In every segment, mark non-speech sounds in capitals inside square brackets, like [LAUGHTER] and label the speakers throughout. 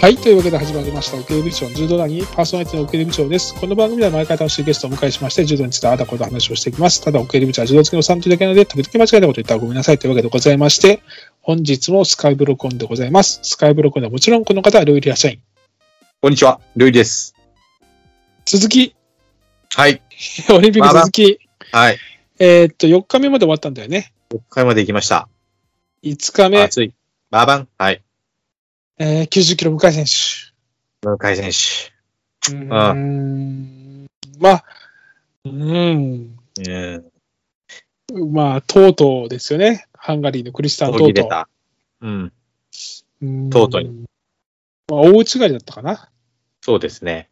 Speaker 1: はい。というわけで始まりました、受け入れ部長の柔道団にパーソナリティの受け入れ部長です。この番組では毎回楽しいゲストをお迎えしまして、柔道についてあだこうと話をしていきます。ただ、受け入れ部長は柔道好きのさんというだけなので、時々間違えたこと言ったらごめんなさいというわけでございまして、本日もスカイブロコンでございます。スカイブロコンではもちろんこの方はルイリア社員。
Speaker 2: こんにちは、ルイです。
Speaker 1: 続き、 [LAUGHS]
Speaker 2: はい。
Speaker 1: オリンピック続き、
Speaker 2: はい。
Speaker 1: えーっと、4日目まで終わったんだよね。
Speaker 2: 6回まで行きました。
Speaker 1: 5日目、
Speaker 2: 熱い。バーバン。はい。
Speaker 1: えー90キロ向井選手。
Speaker 2: 向井選手。
Speaker 1: う
Speaker 2: ああ
Speaker 1: ーん。まあ、うーん。
Speaker 2: うん。
Speaker 1: まあ、とうとうですよね。ハンガリーのクリスタント
Speaker 2: 途
Speaker 1: ー
Speaker 2: 切れ
Speaker 1: ト
Speaker 2: た。うん。
Speaker 1: う。
Speaker 2: とうとう
Speaker 1: に。まあ、大違いだったかな。
Speaker 2: そうですね。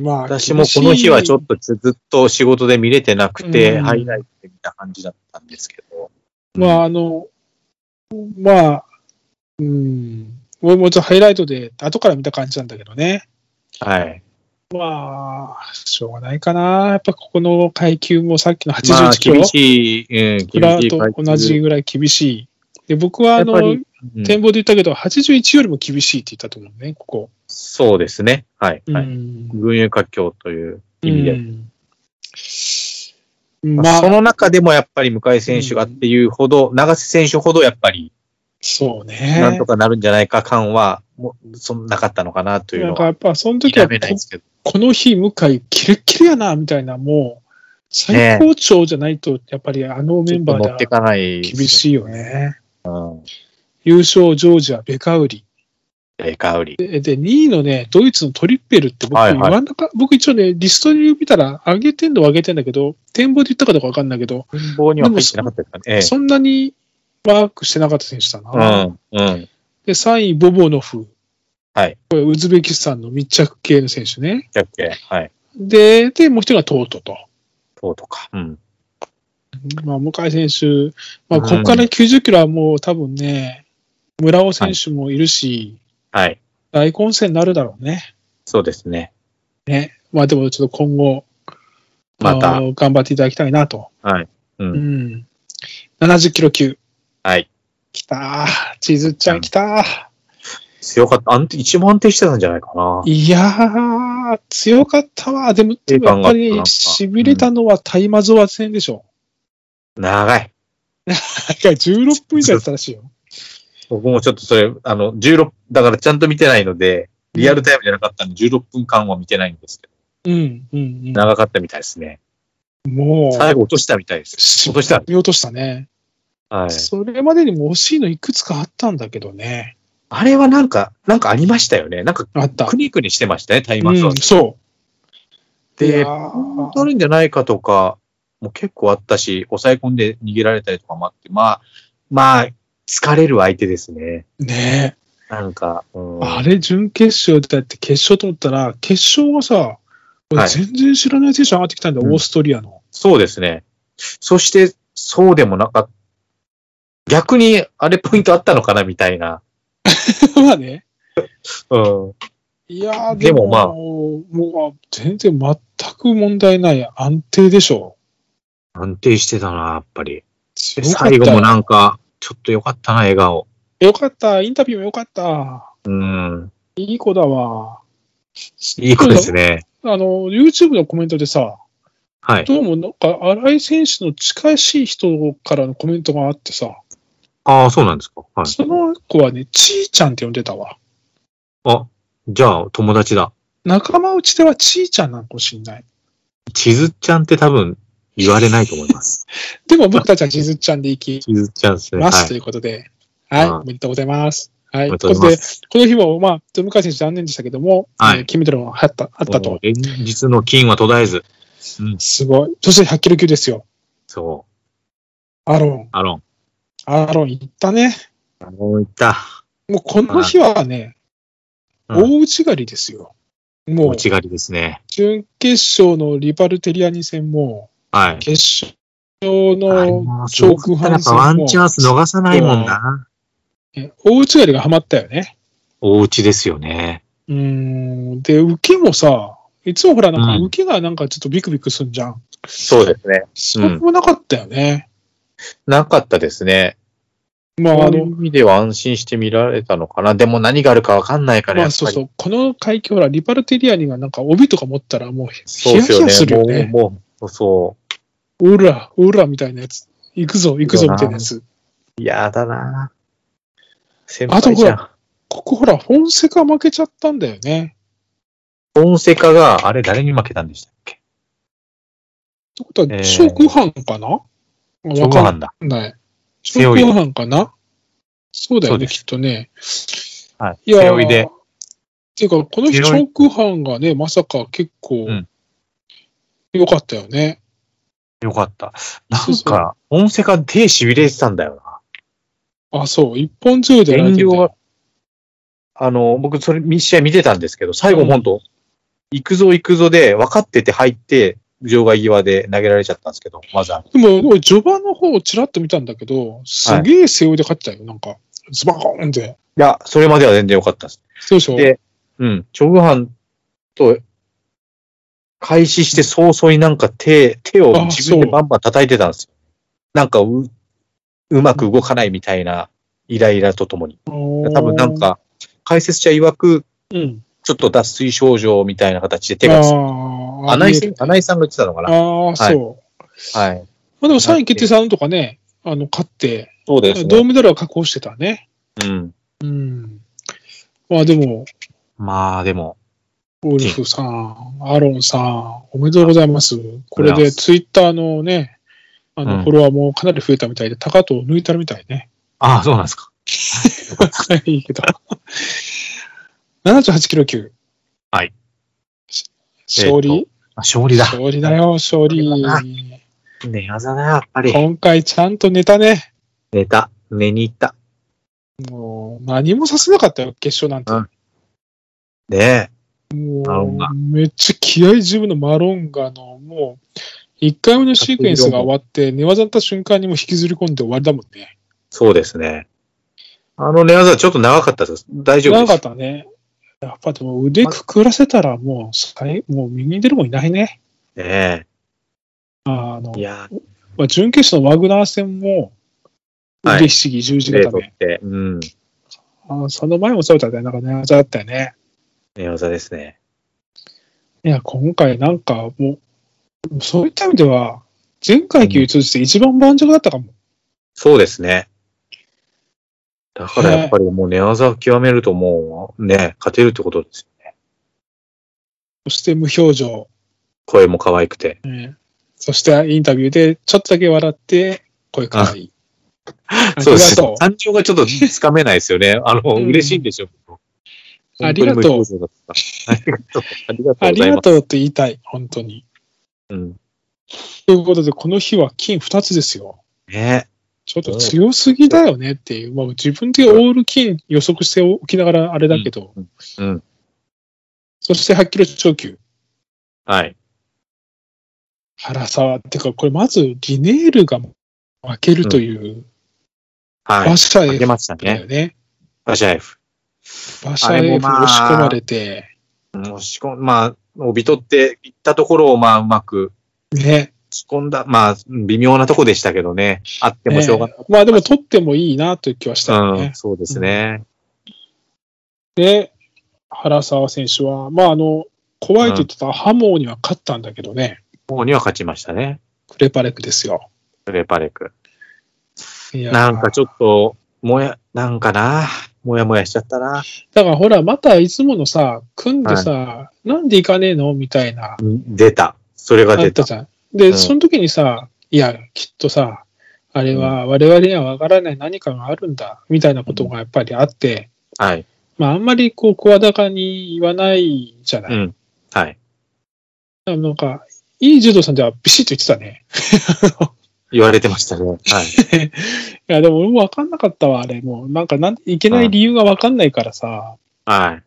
Speaker 1: まあ、
Speaker 2: 私もこの日はちょ
Speaker 1: と。
Speaker 2: っとずっと仕事で見れてなくて、
Speaker 1: うん
Speaker 2: ハイライトで見た感じだったんですけど。
Speaker 1: まあ、あの、まあ、うん。俺もちょっとハイライトで、後から見た感じなんだけどね。
Speaker 2: はい。
Speaker 1: まあ、しょうがないかな。やっぱここの階級もさっきの
Speaker 2: まあ、
Speaker 1: 81キロ、
Speaker 2: 厳しい、う
Speaker 1: ク
Speaker 2: ん、厳
Speaker 1: ラ
Speaker 2: しい
Speaker 1: と
Speaker 2: 階級
Speaker 1: 同じ。ぐらい厳しい。で、僕は
Speaker 2: や
Speaker 1: あ
Speaker 2: っぱ
Speaker 1: の、
Speaker 2: り、うん
Speaker 1: 展望で言ったけど、81よりも厳しいって言ったと思うね、ここ。
Speaker 2: そうですね。はい。は
Speaker 1: う
Speaker 2: い。
Speaker 1: ん
Speaker 2: 群雄割拠という意味で。
Speaker 1: うん、
Speaker 2: ま
Speaker 1: ま
Speaker 2: あ、そ
Speaker 1: あ、
Speaker 2: の中でもやっぱり向井選手がっていうほど、長瀬選手ほどやっぱり
Speaker 1: そうね。
Speaker 2: なんとかなるんじゃないか感は、もう、そんなかったのかなという
Speaker 1: な
Speaker 2: の
Speaker 1: んかや
Speaker 2: は、
Speaker 1: っぱ、その時
Speaker 2: 否
Speaker 1: はこ
Speaker 2: めないですけど。
Speaker 1: この日、向井、キレッキレやな、みたいな、もう、最高潮じゃないと、やっぱりあのメンバ
Speaker 2: ちょっと乗
Speaker 1: ー
Speaker 2: っ
Speaker 1: で
Speaker 2: て
Speaker 1: は
Speaker 2: かない。
Speaker 1: 厳しいよ。ね。
Speaker 2: うん。
Speaker 1: 優勝、ジョージア、ベカウリ。
Speaker 2: デカウリ。
Speaker 1: で、で2位のね、ドイツのトリッペルって僕、
Speaker 2: はいはい
Speaker 1: 真ん中、僕一応ね、リストに見たら、上げてんのは上げてんだけど、展望で言ったかどうかわかんないけど、
Speaker 2: 文房には入ってなかったですかね。
Speaker 1: そんなにマークしてなかった選手だ
Speaker 2: ええ
Speaker 1: な。
Speaker 2: うん。うん。
Speaker 1: で、3位、ボボノフ。
Speaker 2: はい。
Speaker 1: これ、ウズベキスタンの密着系の選手ね。
Speaker 2: だっけはい。
Speaker 1: で、で、もう一人がトートと。
Speaker 2: そうとか。うん。
Speaker 1: まあ、向井選手、まあ、
Speaker 2: うん
Speaker 1: ここから90キロはもう多分ね、村尾選手もいるし、
Speaker 2: はい。
Speaker 1: 大混戦になるだろうね。
Speaker 2: そうですね。
Speaker 1: ね。まあ、でもちょっと今後、
Speaker 2: また
Speaker 1: あの頑張っていただきたいなと。
Speaker 2: はい。う。
Speaker 1: うんん。70キロ級。
Speaker 2: はい。
Speaker 1: きたー。チーズちゃんきた
Speaker 2: 強かった。安定、一番安定してたんじゃないかな
Speaker 1: ー。。いやー、強かったわ。でも、
Speaker 2: 定
Speaker 1: やっ
Speaker 2: 感が
Speaker 1: ぱ
Speaker 2: あったな
Speaker 1: り、痺れたのはタイマゾワ戦でし
Speaker 2: [LAUGHS]
Speaker 1: ょ。
Speaker 2: 長い。
Speaker 1: 大会16分以上やってたらしいよ。
Speaker 2: 僕もちょっとそれ、あの、16、だからちゃんと見てないので、リアルタイムじゃなかったんで、16分間は見てないんですけど、
Speaker 1: うん、うん、
Speaker 2: 長かったみたいですね。
Speaker 1: うん。もう、
Speaker 2: 最後落としたみたいです。落とした
Speaker 1: 見落としたね。
Speaker 2: はい。
Speaker 1: それまでにも惜しいのいくつかあったんだけどね。
Speaker 2: あれはなんか、なんかありましたよね。なんか、
Speaker 1: あった。
Speaker 2: くにくにしてましたね、タイ
Speaker 1: う
Speaker 2: マーソー
Speaker 1: ん、そ
Speaker 2: で
Speaker 1: う。いや
Speaker 2: 本
Speaker 1: ー
Speaker 2: 当るんじゃないかとか、もう結構あったし、抑え込んで逃げられたりとかもあって、まあ、まあ、疲れる相手ですね。
Speaker 1: ね
Speaker 2: なんか、うん、
Speaker 1: あれ、準決勝だって決勝と思ったら、決勝がさ、
Speaker 2: はい
Speaker 1: 全然知らない選手上がってきたんだよ、
Speaker 2: うん
Speaker 1: オーストリアの。 [LAUGHS]
Speaker 2: そうですね。そして、そうでもなかった。逆に、あれポイントあったのかなみたいな。
Speaker 1: まあね。
Speaker 2: うん。
Speaker 1: いやー
Speaker 2: でもまあ
Speaker 1: もう、全然全く問題ない。安定でしょ。
Speaker 2: 安定してたな、やっぱり。で
Speaker 1: 強かった
Speaker 2: 最後もなんか、ちょっと良かったな、笑顔。
Speaker 1: よかった。インタビューもよかった。
Speaker 2: うん。
Speaker 1: いい子だわ。
Speaker 2: いい子ですね。
Speaker 1: あの、YouTube のコメントでさ、
Speaker 2: はい。
Speaker 1: どうもなんか、新井選手の近しい人からのコメントがあってさ、
Speaker 2: ああ、そうなんですか。はい。
Speaker 1: その子はね、ちーちゃんって呼んでたわ。
Speaker 2: あ、じゃあ、友達だ。
Speaker 1: 仲間内ではちーちゃんなのかもしんない。
Speaker 2: ちずっちゃんって多分言われないと思い
Speaker 1: [LAUGHS]
Speaker 2: ます。
Speaker 1: でも僕たちはちずっちゃんで行き
Speaker 2: ちずっちゃんですね。は
Speaker 1: ま
Speaker 2: い。
Speaker 1: すということで、はい、
Speaker 2: うん
Speaker 1: おめでとうございます。はい、
Speaker 2: あり
Speaker 1: という
Speaker 2: が
Speaker 1: こ
Speaker 2: と
Speaker 1: と
Speaker 2: うござ
Speaker 1: で
Speaker 2: いま、す。
Speaker 1: この日も、まあ、向井選手残念でしたけども、
Speaker 2: はい
Speaker 1: えー金メダルもあったあった
Speaker 2: もう
Speaker 1: と。
Speaker 2: 連日の金は途絶えず。うん。
Speaker 1: すごい。そして100キロ級ですよ。
Speaker 2: そう。
Speaker 1: アロン。
Speaker 2: アロン。
Speaker 1: アロン行ったね。
Speaker 2: アロンいった。
Speaker 1: もうこの日はね、
Speaker 2: うん
Speaker 1: 大内刈りですよ。もう
Speaker 2: 持、ち狩りですね。
Speaker 1: 準決勝のリバルテリアニ戦も、
Speaker 2: はい。
Speaker 1: 決勝
Speaker 2: あれ
Speaker 1: の
Speaker 2: もす
Speaker 1: 長
Speaker 2: ごか
Speaker 1: 空
Speaker 2: った
Speaker 1: 半戦
Speaker 2: やっぱワ
Speaker 1: も
Speaker 2: ンチャンス逃さないもんな。
Speaker 1: え大内刈りがハマったよね。
Speaker 2: お家ですよね。
Speaker 1: うーん。で、受けもさ、いつもほら、なん
Speaker 2: う
Speaker 1: か
Speaker 2: ん
Speaker 1: 受けがなんかちょっとビクビクすんじゃん。
Speaker 2: そうですね。
Speaker 1: そこもなかったよね。
Speaker 2: なかったですね。
Speaker 1: まあ、
Speaker 2: あ
Speaker 1: あ
Speaker 2: の意
Speaker 1: の、
Speaker 2: 味では安心して見られたのかな。でも何があるかわかんないから、
Speaker 1: ま
Speaker 2: や
Speaker 1: あ
Speaker 2: っ
Speaker 1: そう
Speaker 2: ぱり。
Speaker 1: そう、この階級ら、リパルテリアニがなんか帯とか持ったらもうヒ
Speaker 2: そう
Speaker 1: ヤ
Speaker 2: です
Speaker 1: ヒ
Speaker 2: よ
Speaker 1: ヤ
Speaker 2: ね。
Speaker 1: するよね。
Speaker 2: もう、もう、そう
Speaker 1: らラ、オラみたいなやつ。行くぞ、行くぞみたいなやつ。
Speaker 2: う。嫌だな先輩じゃん。
Speaker 1: ここほら、フォンセカ負けちゃったんだよね。
Speaker 2: フォンセカが、あれ誰に負けたんでしたっけ
Speaker 1: ってことは、
Speaker 2: えー
Speaker 1: 直販かなわ、
Speaker 2: 直
Speaker 1: か
Speaker 2: 販だ。
Speaker 1: んない。
Speaker 2: 背
Speaker 1: 直
Speaker 2: 負い
Speaker 1: 販かなそうだよ
Speaker 2: そう
Speaker 1: ね、
Speaker 2: で
Speaker 1: きっとね。
Speaker 2: はい。
Speaker 1: いや
Speaker 2: 背負いで。。
Speaker 1: ていうか、この日、
Speaker 2: 背負い
Speaker 1: 直販がね、まさか結構
Speaker 2: うん、
Speaker 1: 良かったよね。
Speaker 2: よかった。な
Speaker 1: そうんそう
Speaker 2: か、フォンセカ手痺れてたんだよな。
Speaker 1: あ、そう、一本強いでやられて
Speaker 2: 遠
Speaker 1: た
Speaker 2: 慮はあの、僕、それ、試合見てたんですけど、最後、本当、行くぞ行くぞで、分かってて入って、場外際で投げられちゃったんですけど、まずは。
Speaker 1: でも、俺序盤の方をちらっと見たんだけど、すげえ背負いで勝ってたよ、なんか。ズバーンって。
Speaker 2: いや、それまでは全然良かったです。
Speaker 1: そうでしょ
Speaker 2: でうん。チョグハンと、開始して早々になんか手、手を
Speaker 1: あ
Speaker 2: 自分でバンバン叩いてたんですよ。なんかう、うまく動かないみたいな、イライラとともに。多分なん、か、解説者曰く、
Speaker 1: うん。
Speaker 2: ちょっと脱水症状みたいな形で手がつ、
Speaker 1: あ
Speaker 2: 穴井
Speaker 1: 見え
Speaker 2: さん
Speaker 1: る、
Speaker 2: 穴井さんが言ってたのか
Speaker 1: あ
Speaker 2: な
Speaker 1: ー、そう。
Speaker 2: はい。
Speaker 1: まあでも3位決定さんとかね、あの、勝って、
Speaker 2: そうで
Speaker 1: 銅。メダルは確保してたね。
Speaker 2: うん。
Speaker 1: うん。まあでも、
Speaker 2: まあでも、
Speaker 1: ウルフさん、アロンさん、おめでとうございます。これでツイッターのね、あ
Speaker 2: うん
Speaker 1: の、フォロワーもかなり増えたみたいで、高藤抜いたみたいね。 [LAUGHS]
Speaker 2: ああ、そうなんですか。
Speaker 1: いいけど。78キロ級。
Speaker 2: はい
Speaker 1: し。勝
Speaker 2: えー
Speaker 1: 利、
Speaker 2: あ勝利だ。
Speaker 1: 勝利だよ、勝利。
Speaker 2: 勝利だ寝技だな、やっぱり。
Speaker 1: 今回ちゃんと寝たね。
Speaker 2: 寝た。寝に行った。
Speaker 1: もう何もさせなかったよ、決勝なんて。
Speaker 2: ねえ。マロ
Speaker 1: も
Speaker 2: ンガ
Speaker 1: う、めっちゃ気合十分のマロンガの、もう、1回目のシークエンスが終わって、寝技だった瞬間にもう引きずり込んで終わりだもんね。
Speaker 2: そうですね。あの寝技ちょっと長かったです。大丈夫
Speaker 1: 長
Speaker 2: です。
Speaker 1: かったね。やっぱでも腕くくらせたらもう、最もう右に出るもんいないね。
Speaker 2: ね
Speaker 1: あの
Speaker 2: え。い、や、
Speaker 1: まあ、準決勝のワグナー戦も、
Speaker 2: はい
Speaker 1: 腕ひしぎ十字
Speaker 2: 綺麗
Speaker 1: 固
Speaker 2: と
Speaker 1: め。
Speaker 2: って、うん。
Speaker 1: あその前もそうだったね。なんか寝技だったよね。
Speaker 2: 寝技ですね。
Speaker 1: いや、今回なんかもう、そういった意味では、前回級通じて一番盤石だったかも。
Speaker 2: そうですね。だからやっぱりもう寝技を極めるともうね、勝てるってことですよ。
Speaker 1: そして無表情。
Speaker 2: 声も可愛くて。
Speaker 1: そしてインタビューでちょっとだけ笑って、声かわいい。あ
Speaker 2: そうです
Speaker 1: りがと
Speaker 2: 感情がちょっとつかめないですよね。あの、
Speaker 1: うん
Speaker 2: 嬉しいんでしょうけど。
Speaker 1: ありがとう
Speaker 2: 本当に無表情だったありがとう。ありが
Speaker 1: う。
Speaker 2: とう
Speaker 1: あ
Speaker 2: ご
Speaker 1: り
Speaker 2: ざいま
Speaker 1: が
Speaker 2: す。
Speaker 1: とうって言いたい、本当に。
Speaker 2: うん。
Speaker 1: ということで、この日は金2つですよ。
Speaker 2: ね
Speaker 1: ちょっと強すぎだよねっていう、まあ、自分でオール金予測しておきながらあれだけど、
Speaker 2: うんうん
Speaker 1: そして8キロ超級、
Speaker 2: はい。
Speaker 1: 原沢、てか、これまずリネールが負けるという、
Speaker 2: は
Speaker 1: 馬車
Speaker 2: い。負け
Speaker 1: F
Speaker 2: ました
Speaker 1: だ
Speaker 2: ね。
Speaker 1: よね。
Speaker 2: バシャエフ。
Speaker 1: 馬車
Speaker 2: あ
Speaker 1: F
Speaker 2: れも
Speaker 1: 押
Speaker 2: まあ
Speaker 1: し込まれて、
Speaker 2: 押し込ん、まあ、帯取っていったところを、まあ、うまく
Speaker 1: ね。
Speaker 2: 突っ込んだ、まあ、微妙なとこでしたけどね。あってもしょうがな
Speaker 1: ねまあでも取ってもいいなという気はしたよ
Speaker 2: い。
Speaker 1: ね。
Speaker 2: うん、そうですね。
Speaker 1: で、原沢選手は、まあ、あの、怖いと言ってたハモーには勝ったんだけどね、
Speaker 2: もうには勝ちましたね。
Speaker 1: クレパレクですよ。
Speaker 2: クレパレク。
Speaker 1: いやー
Speaker 2: なんかちょっと、もや、なんかな、もやもやしちゃったな。
Speaker 1: だからほら、またいつものさ、組んでさ、なんで行かねえのみたいな、
Speaker 2: 出た。それが
Speaker 1: あっ
Speaker 2: 出
Speaker 1: た
Speaker 2: た。
Speaker 1: じゃん。で、
Speaker 2: うん
Speaker 1: その時にさ、いや、きっとさ、あれは我々にはわからない何かがあるんだ、みたいなことがやっぱりあって、
Speaker 2: はい。
Speaker 1: まあ、あんまりこう、声高に言わないじゃない。
Speaker 2: うん。はい。
Speaker 1: なんか、いい柔道さんではビシッと言ってたね。
Speaker 2: 言われてましたね。はい。
Speaker 1: いや、でも俺も分かんなかったわ、あれ。もう、なんかなん、いけない理由が分かんないからさ。
Speaker 2: は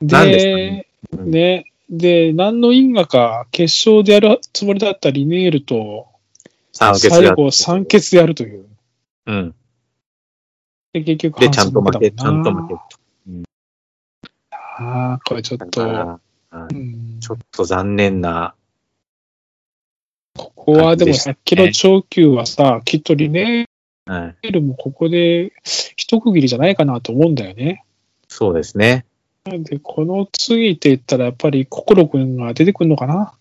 Speaker 2: い。
Speaker 1: で、
Speaker 2: 何ですかねうん
Speaker 1: ねで、何の因果か、決勝でやるつもりだったリネールと、
Speaker 2: 三決
Speaker 1: 最
Speaker 2: で。
Speaker 1: 後、三決でやるという。
Speaker 2: うん。
Speaker 1: で、結局、
Speaker 2: で、ちゃんと負け、
Speaker 1: 反
Speaker 2: ちゃ
Speaker 1: 則
Speaker 2: んと
Speaker 1: だも
Speaker 2: 負け
Speaker 1: な。ああ、これちょ
Speaker 2: た
Speaker 1: っ
Speaker 2: か
Speaker 1: と、
Speaker 2: ら。は
Speaker 1: う
Speaker 2: い
Speaker 1: ん
Speaker 2: ちょっと残念な。
Speaker 1: ここはでも
Speaker 2: 感じでした
Speaker 1: 100キロ超級はさ、きっとリネ
Speaker 2: はい。
Speaker 1: ルもここで一区切りじゃないかなと思うんだよね。
Speaker 2: そうですね。
Speaker 1: なんで、この次って言ったら、やっぱり心くんが出てくるのかな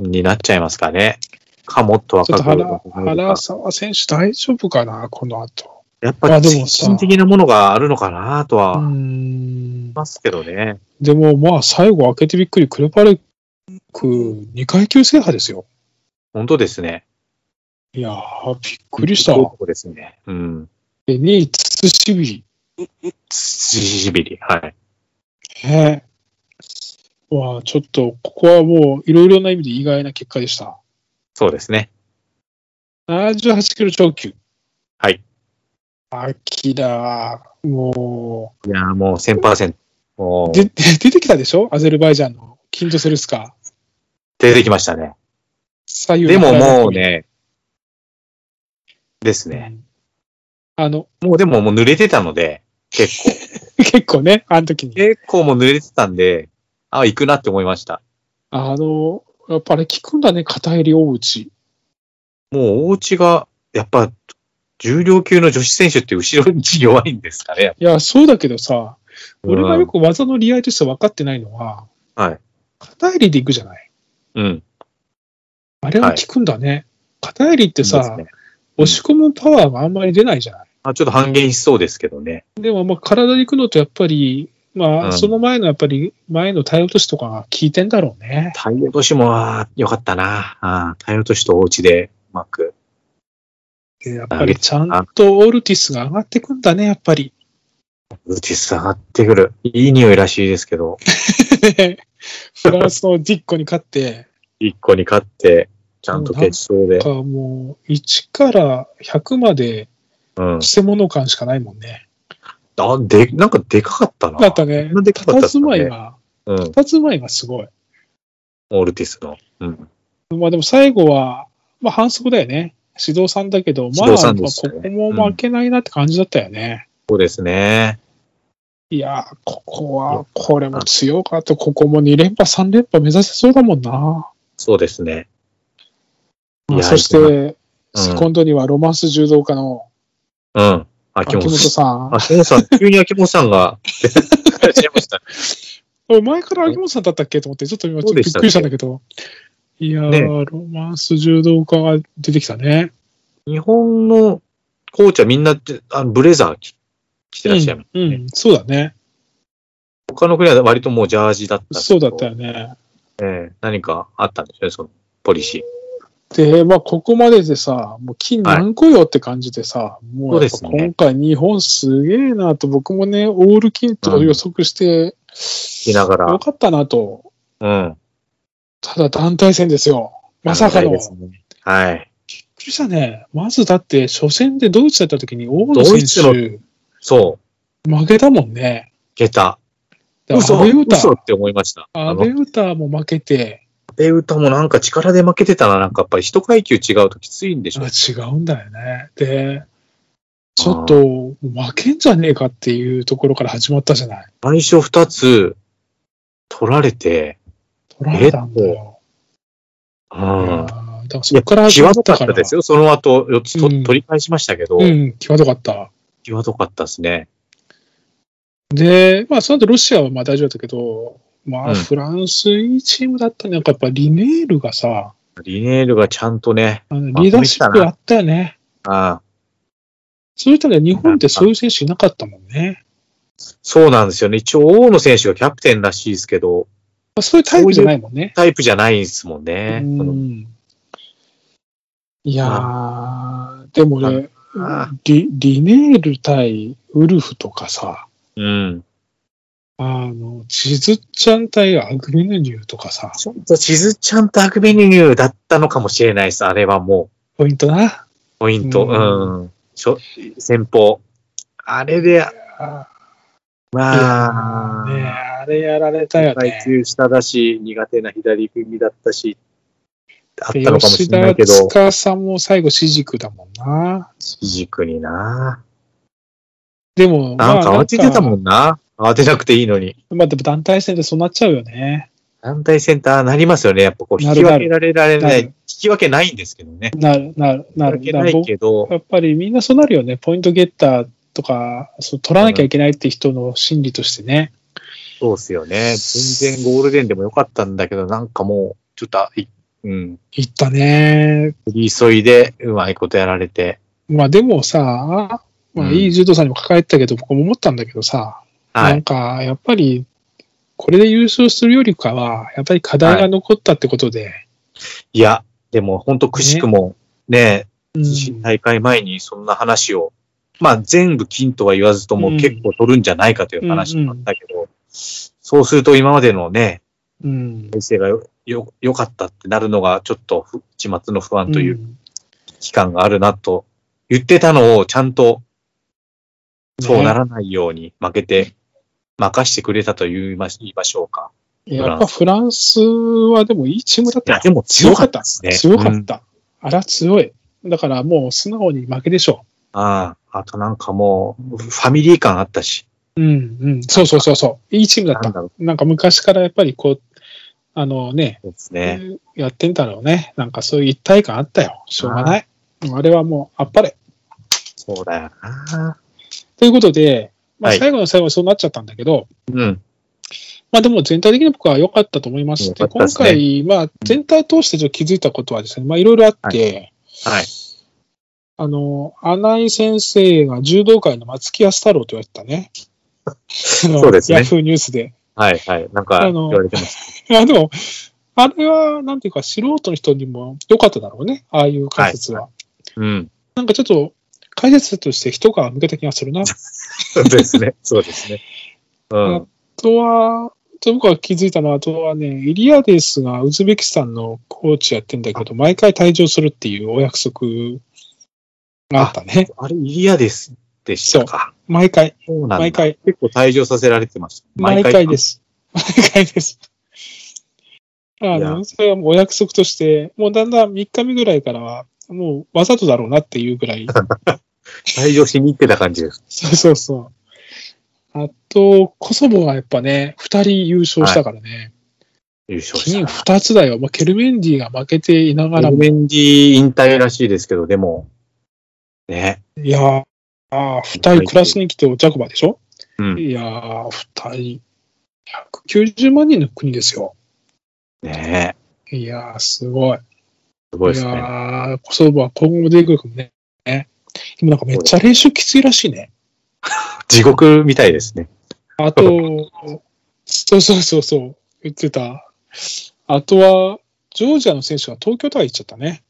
Speaker 2: になっちゃいますかね。かもっと
Speaker 1: ちょっ
Speaker 2: 若
Speaker 1: と
Speaker 2: く。
Speaker 1: 原原沢選手大丈夫かなこの後。
Speaker 2: やっ
Speaker 1: まあ
Speaker 2: ぱ
Speaker 1: で
Speaker 2: り
Speaker 1: も
Speaker 2: 精
Speaker 1: さ
Speaker 2: 神的なものがあるのかなとは
Speaker 1: うー
Speaker 2: 思い
Speaker 1: ん。
Speaker 2: ますけどね。
Speaker 1: でも、まあ、最後開けてびっくり、クルパルク2階級制覇ですよ。
Speaker 2: 本当ですね。
Speaker 1: いやー、びっくりした。
Speaker 2: そうですね。うん。
Speaker 1: で、2位、ツシビリ。
Speaker 2: ししびり。はい。
Speaker 1: ねえ。わあ、ちょっと、ここはもう、いろいろな意味で意外な結果でした。
Speaker 2: そうですね。
Speaker 1: 78キロ超級。
Speaker 2: はい。
Speaker 1: アキラ、も
Speaker 2: いやーもう1000%。も
Speaker 1: う、
Speaker 2: う
Speaker 1: で、 [LAUGHS] 出てきたでしょアゼルバイジャンのキントセルスカ。
Speaker 2: 出てきましたね。
Speaker 1: 左右
Speaker 2: で
Speaker 1: の
Speaker 2: も
Speaker 1: 体
Speaker 2: もうね、ですね。
Speaker 1: あの、
Speaker 2: もうでももう濡れてたので、結構。
Speaker 1: 結構ね、あの時に。
Speaker 2: 結構もう濡れてたんで、あ、行くなって思いました。
Speaker 1: あの、やっぱあれ効くんだね、片襟大内。
Speaker 2: もうお家が、やっぱ、重量級の女子選手って後ろに弱いんですかね。
Speaker 1: いや、そうだけどさ、俺がよ
Speaker 2: く。
Speaker 1: く技の利合いとして分かってないのは、
Speaker 2: はい。
Speaker 1: 片襟でいくじゃない。
Speaker 2: うん。
Speaker 1: あれは効くんだね。片襟って
Speaker 2: そうで
Speaker 1: さ、
Speaker 2: すね
Speaker 1: 押し込むパワーがあんまり出ないじゃない。
Speaker 2: あちょっと半減しそうですけどね。
Speaker 1: でも、まあ、体で行くのとやっぱり、ま
Speaker 2: う
Speaker 1: あ、
Speaker 2: ん
Speaker 1: その前のやっぱり、前の体落としとかが効いてんだろうね。
Speaker 2: 体落としも、あー良かったな。あー体落としとお家でうまく。
Speaker 1: でやっぱり、ちゃんとオルティスが上がってくんだね、やっぱり。 [LAUGHS]
Speaker 2: うち下がってくる。いい匂いらしいですけど、
Speaker 1: フランスのディッコに勝って、
Speaker 2: 一個に勝って、ちゃんと決勝
Speaker 1: な
Speaker 2: で
Speaker 1: ん。かもう、1から100まで、
Speaker 2: うん。
Speaker 1: 捨て物感しかないもんね。
Speaker 2: あ、で、なんかでかかったな。
Speaker 1: だったね
Speaker 2: こんな。でかかったっす
Speaker 1: 佇
Speaker 2: ね
Speaker 1: まいが、
Speaker 2: うん。
Speaker 1: 佇まいがすごい。
Speaker 2: オルティスの。うん。
Speaker 1: まあでも最後は、まあ反則だよね。指導さんだけど、まあ、
Speaker 2: 指
Speaker 1: ま
Speaker 2: 導さ
Speaker 1: あ
Speaker 2: んで
Speaker 1: こ
Speaker 2: したね
Speaker 1: こも負けないなって感じだったよね。
Speaker 2: そうですね。
Speaker 1: いやー、ここは、これも強かった。ここも2連覇、3連覇目指せそうだもんな。
Speaker 2: そうですね。
Speaker 1: ま
Speaker 2: い
Speaker 1: あ、
Speaker 2: や
Speaker 1: そして、
Speaker 2: うん
Speaker 1: セコンドにはロマンス柔道家の
Speaker 2: うん。
Speaker 1: 秋
Speaker 2: 秋元
Speaker 1: 元
Speaker 2: さ
Speaker 1: さん。
Speaker 2: ん。秋元さん、急に秋元さん
Speaker 1: [LAUGHS]
Speaker 2: が、帰っちゃいましたね。
Speaker 1: 俺前から秋元さんだったっけと思って、ちょっと今ちょっとびっくりしたんだけど。いやー、
Speaker 2: ね
Speaker 1: ロマンス柔道家が出てきたね。
Speaker 2: 日本のコーチはみんな、あのブレザー着着てらっしゃいます。
Speaker 1: うん、うん、そうだね。
Speaker 2: 他の国は割ともうジャージだったんです
Speaker 1: そ
Speaker 2: け
Speaker 1: うだ
Speaker 2: ど
Speaker 1: ったよね。
Speaker 2: ええ何かあったんですよね、そのポリシー。
Speaker 1: で、まあ、ここまででさ、もう金何個よって感じでさ、もうやっぱ
Speaker 2: そうですね
Speaker 1: 今回日本すげえなと、僕もね、オール金と予測して、
Speaker 2: 着なが
Speaker 1: よ
Speaker 2: ら。
Speaker 1: かったなと。
Speaker 2: うん。
Speaker 1: ただ団体戦ですよ。まさかの。
Speaker 2: あ
Speaker 1: びっ
Speaker 2: ですねはい。
Speaker 1: くりしたね。まずだって、初戦でドイツだった時に、大野
Speaker 2: ドイツの
Speaker 1: 選
Speaker 2: そう。
Speaker 1: 手、負けたもんね。
Speaker 2: 下駄。
Speaker 1: で阿
Speaker 2: 嘘
Speaker 1: 部
Speaker 2: 嘘
Speaker 1: 詩
Speaker 2: っ、て思いました。あ
Speaker 1: 阿
Speaker 2: の
Speaker 1: 部、詩も負けて、
Speaker 2: 阿部歌もなんか力で負けてたら、なんかやっぱり一階級違うときついんでしょ
Speaker 1: あ。違うんだよね。で、ちょっと、負けんじゃねえかっていうところから始まったじゃない。
Speaker 2: 最初二つ取られて、
Speaker 1: 取られたんだよ。
Speaker 2: う
Speaker 1: いやー。だ
Speaker 2: ん
Speaker 1: からそこから始ま
Speaker 2: 際
Speaker 1: っ
Speaker 2: ど
Speaker 1: た
Speaker 2: かっ
Speaker 1: から。
Speaker 2: たですよ。その後、四つと
Speaker 1: うん
Speaker 2: 取り返しましたけど、
Speaker 1: うん、際どかった。
Speaker 2: 際どかったですね。
Speaker 1: で、まあ、その後ロシアはまあ大丈夫だったけど、ま
Speaker 2: う
Speaker 1: あ、
Speaker 2: ん
Speaker 1: フランスいいチームだったね。なんかやっぱリネールがさ、
Speaker 2: リネールがちゃんとね、
Speaker 1: あの
Speaker 2: まあ
Speaker 1: リーダーシップあったよね。
Speaker 2: ああ
Speaker 1: そういったら日本ってそういう選手いなかったもんね。
Speaker 2: そうなんですよね。一応、大野選手がキャプテンらしいですけど、
Speaker 1: まあ、そういうタイプじゃないもんね。
Speaker 2: タイプじゃないですもんね。
Speaker 1: う
Speaker 2: その
Speaker 1: ん。いやー、でもね
Speaker 2: あ、
Speaker 1: リリネール対ウルフとかさ、
Speaker 2: うん。
Speaker 1: あの、チズッチャン対アグミヌニューとかさ、
Speaker 2: ちょっと、しずちゃんとアクビニューだったのかもしれないです。あれはも
Speaker 1: ポイントな。
Speaker 2: う、ポイント。
Speaker 1: う
Speaker 2: うんん。しょ先方。あれで、
Speaker 1: あー
Speaker 2: まあ、
Speaker 1: ねえあれやられたよ
Speaker 2: 階
Speaker 1: ね。
Speaker 2: 級下だし、苦手な左組だったし、あった
Speaker 1: で
Speaker 2: のかもし
Speaker 1: 吉
Speaker 2: れな
Speaker 1: 田
Speaker 2: いけど、
Speaker 1: 司も最後、四軸だもんな。
Speaker 2: ひじくにな。
Speaker 1: でも、
Speaker 2: なんか
Speaker 1: まあ
Speaker 2: 慌ててたもんな。慌てなくていいのに。
Speaker 1: まあ、でも団体戦でそうなっちゃうよね。
Speaker 2: 団体センターなりますよね。やっぱこう、
Speaker 1: な
Speaker 2: 引
Speaker 1: る
Speaker 2: き
Speaker 1: な
Speaker 2: 分
Speaker 1: る
Speaker 2: けられられな
Speaker 1: ないる。
Speaker 2: き分けないんですけどね。
Speaker 1: なる、なる、な
Speaker 2: 引
Speaker 1: る。
Speaker 2: き分けないけど、
Speaker 1: やっぱりみんなそうなるよね。ポイントゲッターとか、そう取らなきゃいけないって人の心理としてね。
Speaker 2: そうっすよね。全然ゴールデンでもよかったんだけど、なんかもう、ちょっと、あいうん、
Speaker 1: いったね。
Speaker 2: 急いで、うまいことやられて。
Speaker 1: まあでもさ、まあ
Speaker 2: うん
Speaker 1: いい柔道さんにも抱えてたけど、僕も思ったんだけどさ、
Speaker 2: は
Speaker 1: なん
Speaker 2: い。
Speaker 1: かやっぱり、これで優勝するよりかは、やっぱり課題が残ったってことで、
Speaker 2: いや、でも本当くしくも、ね、
Speaker 1: うん
Speaker 2: 大会前にそんな話を、まあ全部金とは言わずとも
Speaker 1: うん
Speaker 2: 結構取るんじゃないかという話だったけど、そうすると今までのね、
Speaker 1: うん。
Speaker 2: 体制がよ、よ、良かったってなるのが、ちょっと不、始末の不安という期間があるなと、言ってたのをちゃんと、そうならないように負けて、任してくれたと言いまし言いましょうか。
Speaker 1: ねやっぱフランスはでもいいチームだっ
Speaker 2: い
Speaker 1: た
Speaker 2: や、
Speaker 1: よ
Speaker 2: でも
Speaker 1: 強
Speaker 2: 強
Speaker 1: か
Speaker 2: か
Speaker 1: っ
Speaker 2: った
Speaker 1: た。
Speaker 2: ですね。
Speaker 1: 強か
Speaker 2: う
Speaker 1: っ
Speaker 2: ん
Speaker 1: た。あら、強い。だからもう素直に負けでしょ。
Speaker 2: ああ、あとなんかもう、ファミリー感あったし、
Speaker 1: うんうん。そうそうそうそう。いいチームだっ
Speaker 2: なん
Speaker 1: た。
Speaker 2: だろう
Speaker 1: なんか昔からやっぱりこう、あのね、
Speaker 2: そうですね。
Speaker 1: やってんだろうね。なんかそういう一体感あったよ。しょうがない。あれはもう、あっぱれ。
Speaker 2: そうだよな。
Speaker 1: ということで、まあ、
Speaker 2: はい
Speaker 1: 最後の最後はそうなっちゃったんだけど、
Speaker 2: うん。
Speaker 1: まあでも全体的に僕は良かったと思いまして、
Speaker 2: 良か
Speaker 1: 今
Speaker 2: ったですね
Speaker 1: 回、まあ全体を通してちょっと気づいたことはですね、まあいろいろあって、
Speaker 2: はい。
Speaker 1: あの、穴井先生が柔道界の松木安太郎と言われてたね。そ
Speaker 2: そうですね
Speaker 1: ヤフーニュースで。
Speaker 2: はい、はい。なんか
Speaker 1: あ
Speaker 2: 言
Speaker 1: の
Speaker 2: われてます。
Speaker 1: いや、でも、あれは、なんていうか、素人の人にも良かっただろうね。ああいう解説は。
Speaker 2: うん。
Speaker 1: なんかちょっと、解説者として人が抜けた気がするな。あ
Speaker 2: そうですね。そうですね。うん。
Speaker 1: とは、ちょっと僕が気づいたのは、あとはね、イリアデスがウズベキスタンのコーチやってんだけど、毎回退場するっていうお約束があったね。
Speaker 2: あれ、イリアです。でしたか。
Speaker 1: 毎回、
Speaker 2: そうなんだ。
Speaker 1: 毎。回、
Speaker 2: 結構退場させられてました。
Speaker 1: 毎回で。す。毎回です。あの、それはもうお約束として、もうだんだん3日目ぐらいからは、もうわざとだろうなっていうぐらい、
Speaker 2: 退場しに行ってた感じです。
Speaker 1: そうそうそう。あと、コソボがやっぱね、2人優勝したからね、
Speaker 2: 優勝し
Speaker 1: 金
Speaker 2: た。
Speaker 1: 2つだよ。まあ、ケルメンディが負けていながら
Speaker 2: ル
Speaker 1: も、
Speaker 2: メンディ引退らしいですけど、でも、ね。
Speaker 1: いやー、あ2人クラスに来てお茶くばでしょ
Speaker 2: うん。
Speaker 1: いやー、2人、190万人の国ですよ。
Speaker 2: ね
Speaker 1: いやー、すごい。
Speaker 2: すごい
Speaker 1: い
Speaker 2: です
Speaker 1: や
Speaker 2: ね。
Speaker 1: ー、コソボは今後も出てくるかもね。ねでもなんかめっちゃ練習きついらしいね。
Speaker 2: 地獄みたいですね。
Speaker 1: あと、そうそうそうそう、言ってた。あとは、ジョージアの選手が東京とか行っちゃったね。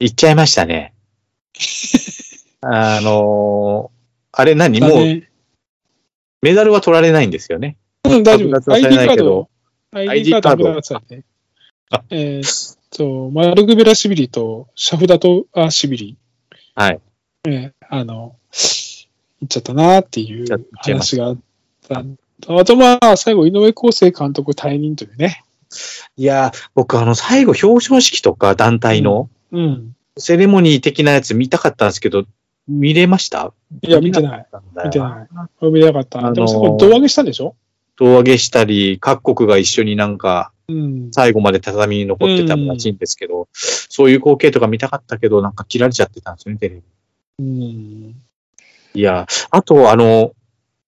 Speaker 2: 行っちゃいまし
Speaker 1: [LAUGHS]
Speaker 2: たね。あのーあれ何
Speaker 1: だ
Speaker 2: もう
Speaker 1: ね
Speaker 2: メダルは取られないんですよね。
Speaker 1: うん、大丈
Speaker 2: 剥
Speaker 1: 夫。
Speaker 2: 奪はさ
Speaker 1: ID
Speaker 2: れな
Speaker 1: カ
Speaker 2: い
Speaker 1: ー
Speaker 2: け
Speaker 1: ド
Speaker 2: ど、
Speaker 1: ID カードをくださいね
Speaker 2: あ。
Speaker 1: えーっと、マルグベラシビリとシャフダトアシビリ、
Speaker 2: はい。
Speaker 1: あの、行っちゃったなっていう
Speaker 2: 行っちゃいま
Speaker 1: 話があった。あとまあ、最後、井上康生監督退任というね。
Speaker 2: いやー、僕あの最後表彰式とか団体の
Speaker 1: うん。
Speaker 2: セレモニー的なやつ見たかったんですけど、見れました
Speaker 1: いや、見てない。見てない。これ見れなかった。
Speaker 2: あのー
Speaker 1: でもそこ、胴上げしたんでしょ
Speaker 2: 胴上げしたり、各国が一緒になんか
Speaker 1: うん。
Speaker 2: 最後まで畳に残ってたらしいんですけど、そういう光景とか見たかったけど、なんか切られちゃってたんですよね、テレビ。
Speaker 1: うん。
Speaker 2: いや、あと、あの、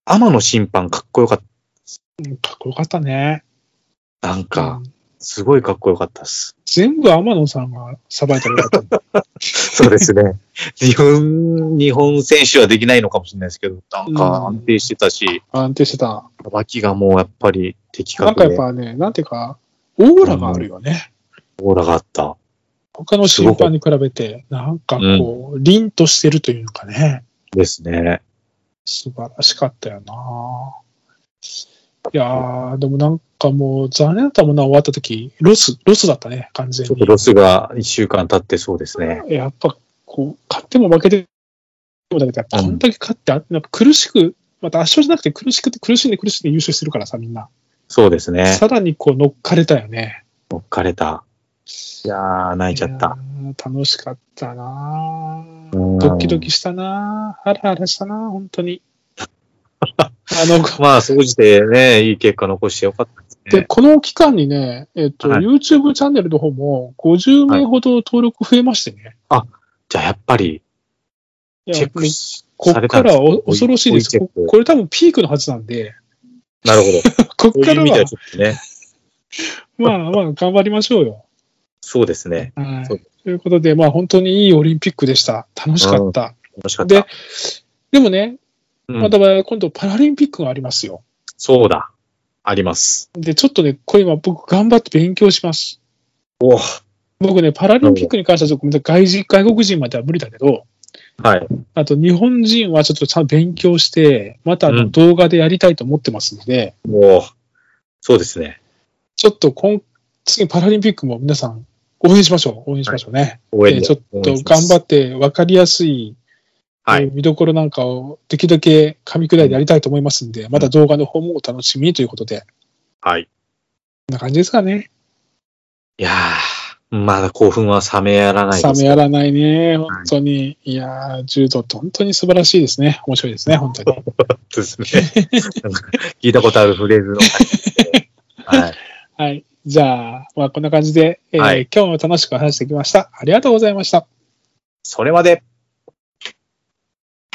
Speaker 2: 天野審判かっこよかっ
Speaker 1: かっこよかったね。
Speaker 2: た。なんか
Speaker 1: う、ん
Speaker 2: すごいかっこよかったっす。
Speaker 1: 全部天野さんがさばいたらよかった。
Speaker 2: そうですね。 [LAUGHS] 日本、日本選手はできないのかもしれないですけど、なんか
Speaker 1: うん
Speaker 2: 安定してたし、
Speaker 1: [LAUGHS] 安定してた。
Speaker 2: さばきがもうやっぱり的
Speaker 1: なん
Speaker 2: 確
Speaker 1: かやっ
Speaker 2: で、
Speaker 1: ぱね、なんていうか、オーラがあるよね。
Speaker 2: オーラがあった。
Speaker 1: 他の審判に比べて、なんかこう、凛としてるというかね、
Speaker 2: ですね。
Speaker 1: 素晴らしかったよな。いやー、でもなんかもう、残念だったもんな、終わった時、ロス、ロスだったね、完全
Speaker 2: ちょ
Speaker 1: に
Speaker 2: っと。ロスが一週間経ってそうですね。
Speaker 1: やっぱこう、勝っても負けてもだけど、やっぱこんだけ勝って、あなんか苦しく、また圧勝じゃなくて苦しくて苦しんで苦しんで優勝してるからさ、みんな。
Speaker 2: そうですね。
Speaker 1: さらにこう乗っかれたよね。
Speaker 2: 乗っかれた。いやー、泣いちゃった。
Speaker 1: いやー。楽しかったなぁ
Speaker 2: うん
Speaker 1: ドキドキしたなぁハラハラしたなぁ本当に。あの、
Speaker 2: [LAUGHS] まあ、総じてね、いい結果残してよかったです
Speaker 1: で、この期間にね、えっと、
Speaker 2: はい
Speaker 1: YouTube チャンネルの方も50名ほど登録増えましてね。
Speaker 2: じゃあやっぱり、
Speaker 1: いや
Speaker 2: チェック
Speaker 1: もう
Speaker 2: し
Speaker 1: こ
Speaker 2: さ
Speaker 1: っ
Speaker 2: れ
Speaker 1: か
Speaker 2: たんで
Speaker 1: ら
Speaker 2: す
Speaker 1: お恐ろしいです。
Speaker 2: 追追チェッ
Speaker 1: こ
Speaker 2: ク
Speaker 1: これ多分ピークのはずなんで、
Speaker 2: なるほど。
Speaker 1: こ [LAUGHS]
Speaker 2: そう
Speaker 1: っか
Speaker 2: いう
Speaker 1: ら
Speaker 2: 意味で
Speaker 1: は
Speaker 2: は、ちょっとね、
Speaker 1: まあまあ頑張りましょうよ。
Speaker 2: そうですね。
Speaker 1: は
Speaker 2: そう
Speaker 1: い。ということで、まあ本当にいいオリンピックでした。楽しかった。
Speaker 2: 楽しかっ
Speaker 1: で
Speaker 2: た。、
Speaker 1: でもね、
Speaker 2: うん
Speaker 1: また今度パラリンピックがありますよ。
Speaker 2: そうだ。あります。
Speaker 1: で、ちょっとね、これ今僕頑張って勉強します。
Speaker 2: おお
Speaker 1: 僕ね、パラリンピックに関してはちょっとごめんなさい外人、外国人までは無理だけど、
Speaker 2: はい。
Speaker 1: あと日本人はちょっとちゃんと勉強して、またあ
Speaker 2: う
Speaker 1: の
Speaker 2: ん
Speaker 1: 動画でやりたいと思ってますので、
Speaker 2: おおそうですね。
Speaker 1: ちょっと今、次パラリンピックも皆さん応援しましょう。応援しましょうね。
Speaker 2: 応援
Speaker 1: で
Speaker 2: で
Speaker 1: ちょっと頑張っ
Speaker 2: っ
Speaker 1: て分かりやすい、
Speaker 2: は
Speaker 1: え
Speaker 2: い。
Speaker 1: ー見どころなんかをできるだけ噛み砕いてやりたいと思いますんで、また動画の方もお楽しみにということで、こ
Speaker 2: はい。
Speaker 1: んな感じですかね。
Speaker 2: いやー、まだ興奮は冷めやらない
Speaker 1: 冷
Speaker 2: です
Speaker 1: め
Speaker 2: [LAUGHS] けど。
Speaker 1: やらないね、本当に。い、やー、柔道って本当に素晴らしいですね。面白いですね、本当
Speaker 2: [LAUGHS]
Speaker 1: に。
Speaker 2: ですね。聞いたことあるフレーズ
Speaker 1: [LAUGHS]
Speaker 2: の。はい。
Speaker 1: はい。じゃあ、まあ、こんな感じで、えー
Speaker 2: はい
Speaker 1: 今日も楽しく話してきました。ありがとうございました。
Speaker 2: それまで。